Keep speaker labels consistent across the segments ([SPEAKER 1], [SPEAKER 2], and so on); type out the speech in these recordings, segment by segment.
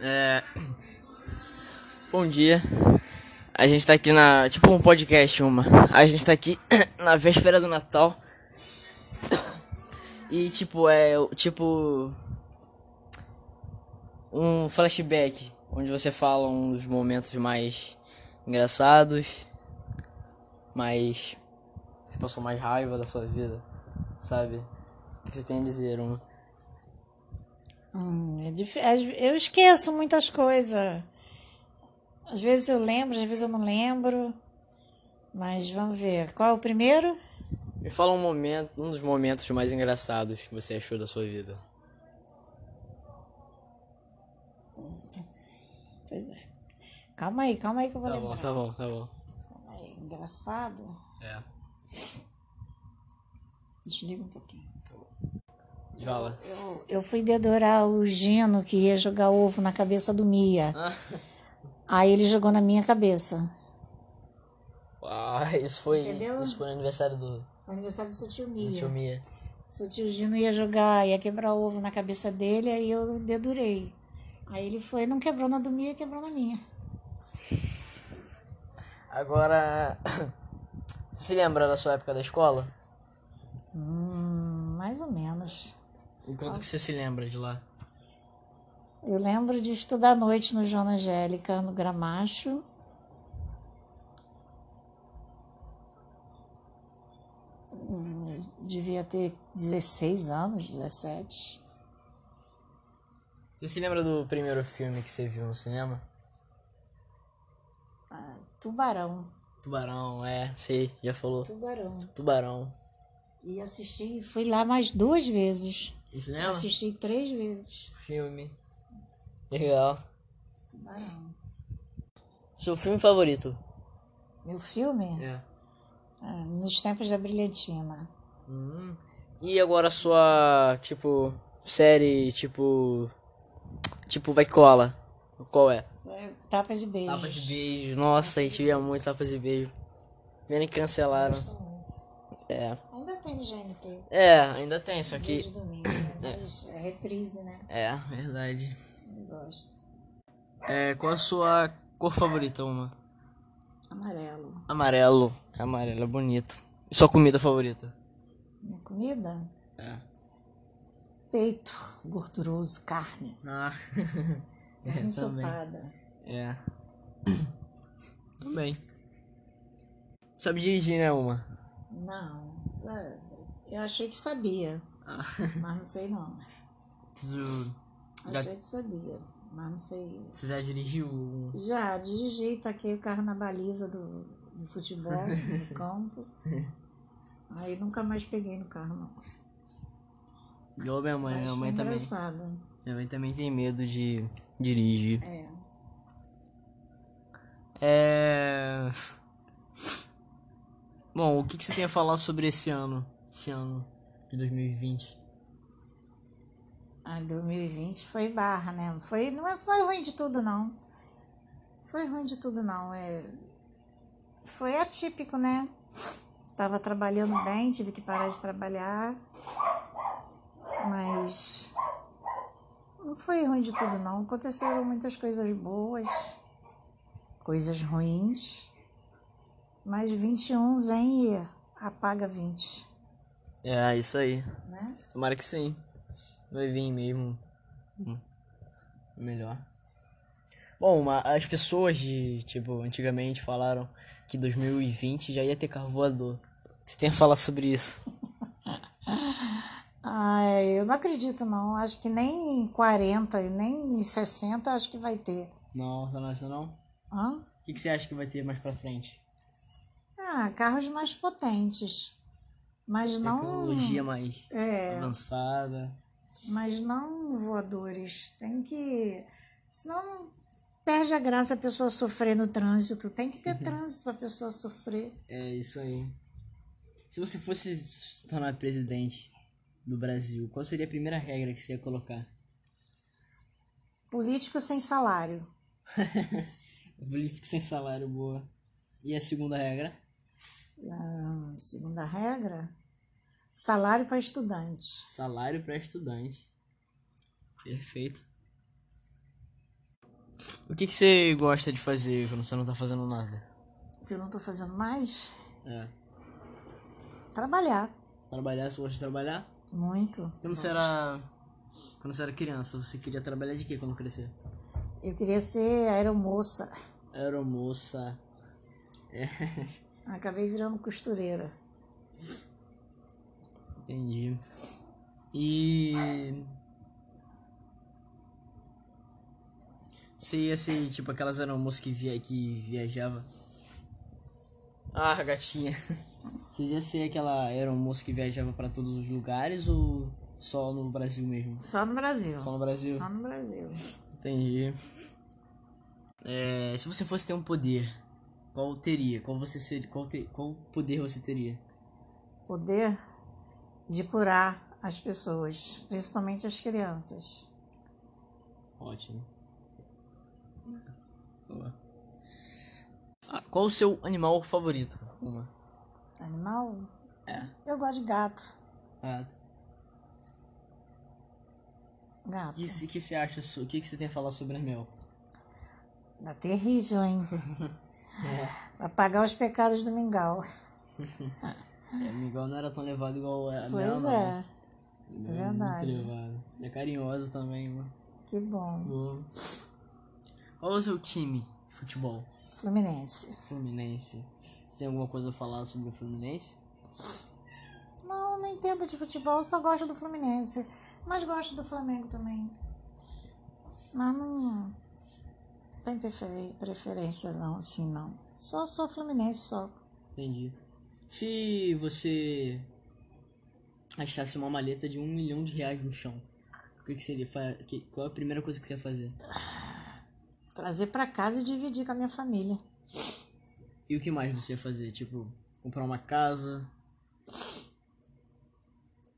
[SPEAKER 1] É... Bom dia. A gente tá aqui na. Tipo um podcast, uma. A gente tá aqui na véspera do Natal. E tipo, é. o- Tipo. Um flashback. Onde você fala um dos momentos mais engraçados. Mais. Você passou mais raiva da sua vida. Sabe? O que você tem a dizer, uma?
[SPEAKER 2] Hum, é dif- às ve- Eu esqueço muitas coisas. Às vezes eu lembro, às vezes eu não lembro. Mas vamos ver. Qual é o primeiro?
[SPEAKER 1] Me fala um momento, um dos momentos mais engraçados que você achou da sua vida.
[SPEAKER 2] Pois é. Calma aí, calma aí que eu vou
[SPEAKER 1] Tá bom,
[SPEAKER 2] lembrar.
[SPEAKER 1] tá bom, tá bom.
[SPEAKER 2] Calma aí. Engraçado.
[SPEAKER 1] É.
[SPEAKER 2] Desliga um pouquinho.
[SPEAKER 1] Fala.
[SPEAKER 2] Eu, eu fui dedorar o Gino que ia jogar ovo na cabeça do Mia. Aí ele jogou na minha cabeça.
[SPEAKER 1] Ah, isso foi.
[SPEAKER 2] Entendeu?
[SPEAKER 1] Isso foi no aniversário do,
[SPEAKER 2] Aniversário do seu tio
[SPEAKER 1] do tio Mia.
[SPEAKER 2] Seu tio Gino ia jogar, ia quebrar o ovo na cabeça dele, aí eu dedurei. Aí ele foi, não quebrou na do minha, quebrou na minha.
[SPEAKER 1] Agora. Se lembra da sua época da escola?
[SPEAKER 2] Hum, mais ou menos.
[SPEAKER 1] Enquanto que você se lembra de lá?
[SPEAKER 2] Eu lembro de estudar à noite no João Angélica, no Gramacho. Hum, Devia ter 16 anos, 17.
[SPEAKER 1] Você se lembra do primeiro filme que você viu no cinema?
[SPEAKER 2] Ah, tubarão,
[SPEAKER 1] Tubarão, é, sei, já falou.
[SPEAKER 2] tubarão.
[SPEAKER 1] Tubarão.
[SPEAKER 2] E assisti, fui lá mais duas vezes.
[SPEAKER 1] No cinema?
[SPEAKER 2] Assisti três vezes.
[SPEAKER 1] Filme. Legal.
[SPEAKER 2] Tubarão.
[SPEAKER 1] Seu filme favorito?
[SPEAKER 2] Meu filme?
[SPEAKER 1] É.
[SPEAKER 2] Ah, Nos tempos da brilhantina.
[SPEAKER 1] Hum. E agora sua, tipo, série, tipo. Tipo, vai que cola. Qual é?
[SPEAKER 2] É, Tapas e beijos.
[SPEAKER 1] Tapas e beijo. Nossa, a gente via muito tapas e beijo. Menos que cancelaram.
[SPEAKER 2] Gosto muito.
[SPEAKER 1] É.
[SPEAKER 2] Ainda tem GNT.
[SPEAKER 1] É, ainda tem, só
[SPEAKER 2] Desde
[SPEAKER 1] que.
[SPEAKER 2] domingo, né? Mas é reprise, né?
[SPEAKER 1] É, verdade.
[SPEAKER 2] Eu gosto.
[SPEAKER 1] É, qual a sua cor favorita, uma?
[SPEAKER 2] Amarelo.
[SPEAKER 1] Amarelo. Amarelo é bonito. E sua comida favorita?
[SPEAKER 2] Minha comida?
[SPEAKER 1] É.
[SPEAKER 2] Peito gorduroso, carne.
[SPEAKER 1] Ah.
[SPEAKER 2] Carne
[SPEAKER 1] é, também.
[SPEAKER 2] ensopada.
[SPEAKER 1] É. Também. Sabe dirigir, né, uma?
[SPEAKER 2] Não. sa- Eu achei que sabia,
[SPEAKER 1] Ah.
[SPEAKER 2] mas não sei não.
[SPEAKER 1] Tu- Já-
[SPEAKER 2] Achei que sabia, mas não sei.
[SPEAKER 1] Você já dirigiu um-
[SPEAKER 2] Já dirigi, taquei o carro na baliza do, do futebol, do campo.
[SPEAKER 1] É.
[SPEAKER 2] Aí nunca mais peguei no carro, não.
[SPEAKER 1] igual minha mãe,
[SPEAKER 2] Mas
[SPEAKER 1] minha
[SPEAKER 2] foi
[SPEAKER 1] mãe também.
[SPEAKER 2] engraçado.
[SPEAKER 1] Minha mãe também tem medo de dirigir.
[SPEAKER 2] É.
[SPEAKER 1] É. Bom, o que, que você tem a falar sobre esse ano? Esse ano de 2020?
[SPEAKER 2] Ah, 2020 foi barra, né? Foi, não é, foi ruim de tudo, não. Foi ruim de tudo, não. É, foi atípico, né? Tava trabalhando bem, tive que parar de trabalhar. Mas não foi ruim de tudo, não. Aconteceram muitas coisas boas, coisas ruins. Mas 21 vem e apaga 20,
[SPEAKER 1] É, isso aí.
[SPEAKER 2] né?
[SPEAKER 1] Tomara que sim. Vai vir mesmo. Hum. Melhor. Bom, ma- as pessoas de, tipo, antigamente falaram que 2020 já ia ter carro voador. O que Você tem a falar sobre isso?
[SPEAKER 2] Ai, Ah, é, eu não acredito, não. Acho que nem em 40, e nem em 60 acho que vai ter.
[SPEAKER 1] Não, você não acha não?
[SPEAKER 2] Hã?
[SPEAKER 1] O que, que você acha que vai ter mais pra frente?
[SPEAKER 2] Ah, carros mais potentes. Mas não.
[SPEAKER 1] Tecnologia mais
[SPEAKER 2] É,
[SPEAKER 1] avançada.
[SPEAKER 2] mas não voadores. Tem que. Senão perde a graça a pessoa sofrer no trânsito. Tem que ter trânsito pra pessoa sofrer.
[SPEAKER 1] É isso aí. Se você fosse se tornar presidente do Brasil, qual seria a primeira regra que você ia colocar?
[SPEAKER 2] Político sem salário.
[SPEAKER 1] Político sem salário, boa. E a segunda regra?
[SPEAKER 2] Ah, segunda regra: salário para estudante.
[SPEAKER 1] Salário para estudante. Perfeito. O que, que você gosta de fazer quando você não tá fazendo nada?
[SPEAKER 2] Que eu não tô fazendo mais.
[SPEAKER 1] É.
[SPEAKER 2] Trabalhar.
[SPEAKER 1] Trabalhar, você gosta de trabalhar?
[SPEAKER 2] Muito.
[SPEAKER 1] Quando você era. Quando você era criança, você queria trabalhar de quê quando crescer?
[SPEAKER 2] Eu queria ser aeromoça.
[SPEAKER 1] Aeromoça.
[SPEAKER 2] Acabei virando costureira.
[SPEAKER 1] Entendi. E. Você ia ser tipo aquelas aeromoças que, via... que viajava. Ah, gatinha. Vocês ia ser aquela aeromoça que viajava pra todos os lugares ou só no Brasil mesmo?
[SPEAKER 2] Só no Brasil.
[SPEAKER 1] Só no Brasil?
[SPEAKER 2] Só no Brasil.
[SPEAKER 1] Entendi. É, se você fosse ter um poder, qual teria? Qual você seria? Qual, te- qual poder você teria?
[SPEAKER 2] Poder de curar as pessoas, principalmente as crianças.
[SPEAKER 1] Ótimo. Boa. Ah, qual o seu animal favorito? Uma.
[SPEAKER 2] Animal?
[SPEAKER 1] É.
[SPEAKER 2] Eu gosto de gato.
[SPEAKER 1] Ah, o
[SPEAKER 2] Gato.
[SPEAKER 1] que se- que você acha? so- O que que você tem a falar sobre mel?
[SPEAKER 2] Tá terrível, hein? Pra pagar os pecados do mingau.
[SPEAKER 1] É, Miguel não era tão levado igual a
[SPEAKER 2] Pois
[SPEAKER 1] Mel,
[SPEAKER 2] é.
[SPEAKER 1] não.
[SPEAKER 2] é verdade.
[SPEAKER 1] Muito levado. Ele é carinhoso também, mano.
[SPEAKER 2] Que bom.
[SPEAKER 1] Boa. Qual é o seu time de futebol?
[SPEAKER 2] Fluminense.
[SPEAKER 1] Fluminense. Você tem alguma coisa a falar sobre o Fluminense?
[SPEAKER 2] Não, não entendo de futebol, só gosto do Fluminense. Mas gosto do Flamengo também. Mas não tem preferi- preferência não, assim não. Só sou Fluminense só.
[SPEAKER 1] Entendi. Se você achasse uma maleta de um milhão de reais no chão, o que, que seria? Fa- que- qual é a primeira coisa que você ia fazer?
[SPEAKER 2] Trazer pra casa e dividir com a minha família.
[SPEAKER 1] E o que mais você ia fazer? Tipo, comprar uma casa?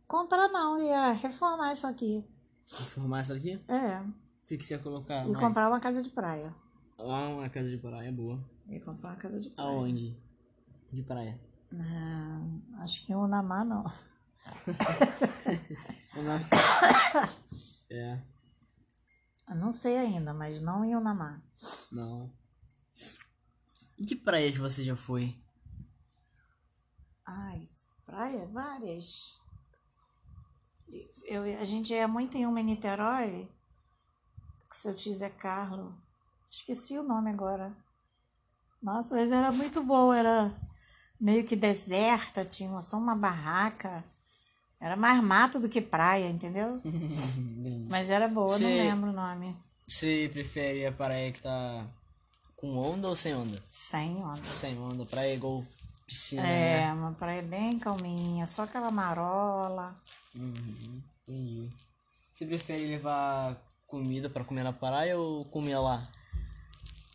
[SPEAKER 2] Comprar não, ia reformar isso aqui.
[SPEAKER 1] Reformar essa aqui?
[SPEAKER 2] É.
[SPEAKER 1] O que, que você ia colocar?
[SPEAKER 2] E
[SPEAKER 1] mais?
[SPEAKER 2] comprar uma casa de praia.
[SPEAKER 1] Ah, uma casa de praia boa.
[SPEAKER 2] E comprar uma casa de praia.
[SPEAKER 1] Aonde? De praia.
[SPEAKER 2] Ah, acho que em Unamá não.
[SPEAKER 1] Uma- é,
[SPEAKER 2] Eu não sei ainda, mas não em Unamá.
[SPEAKER 1] não. E que praias você já foi?
[SPEAKER 2] Ai, praia, várias. Eu, a gente ia muito em uma em Niterói, que seu tio Zé Carlo. Esqueci o nome agora. Nossa, mas era muito bom, era meio que deserta, tinha só uma barraca. Era mais mato do que praia, entendeu? Mas era boa, eu não
[SPEAKER 1] Sei.
[SPEAKER 2] lembro o nome.
[SPEAKER 1] Você prefere a praia que tá com onda ou sem onda?
[SPEAKER 2] Sem onda.
[SPEAKER 1] Sem onda, praia é igual piscina, né?
[SPEAKER 2] É, uma praia bem calminha, só aquela marola.
[SPEAKER 1] Uhum, entendi. Você prefere levar comida pra comer na praia ou comer lá?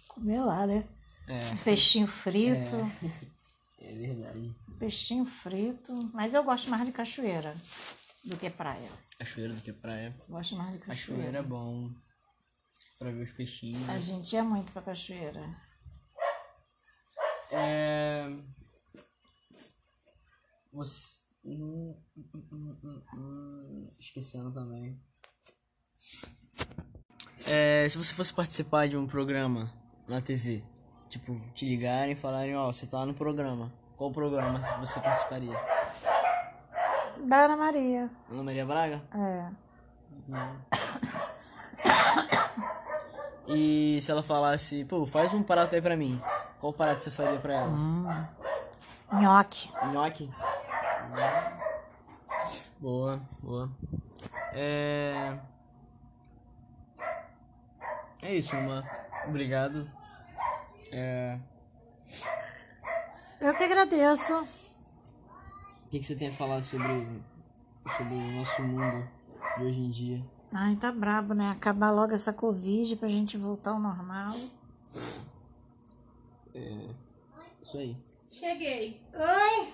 [SPEAKER 2] Comer lá, né?
[SPEAKER 1] É,
[SPEAKER 2] Um peixinho frito.
[SPEAKER 1] é verdade.
[SPEAKER 2] Peixinho frito, mas eu gosto mais de cachoeira do que praia.
[SPEAKER 1] Cachoeira do que praia.
[SPEAKER 2] Gosto mais de cachoeira.
[SPEAKER 1] Cachoeira é né? bom pra ver os peixinhos.
[SPEAKER 2] A gente ia muito pra cachoeira.
[SPEAKER 1] É... Você... Hum, hum, hum, hum, hum, Esquecendo também. É, se você fosse participar de um programa na TV, tipo, te ligarem e falarem, ó, você tá no programa. Qual programa você participaria?
[SPEAKER 2] Da Ana Maria.
[SPEAKER 1] Ana Maria Braga?
[SPEAKER 2] É.
[SPEAKER 1] E se ela falasse, pô, faz um prato aí pra mim. Qual prato você faria pra ela?
[SPEAKER 2] Nhoque.
[SPEAKER 1] Nhoque? Boa, boa. É. É isso, Uma. Obrigado. É.
[SPEAKER 2] Eu que agradeço.
[SPEAKER 1] O que, que você tem a falar sobre, sobre o nosso mundo de hoje em dia?
[SPEAKER 2] Ai, tá brabo, né? Acabar logo essa Covid pra gente voltar ao normal.
[SPEAKER 1] Isso aí.
[SPEAKER 3] Cheguei.
[SPEAKER 2] Oi!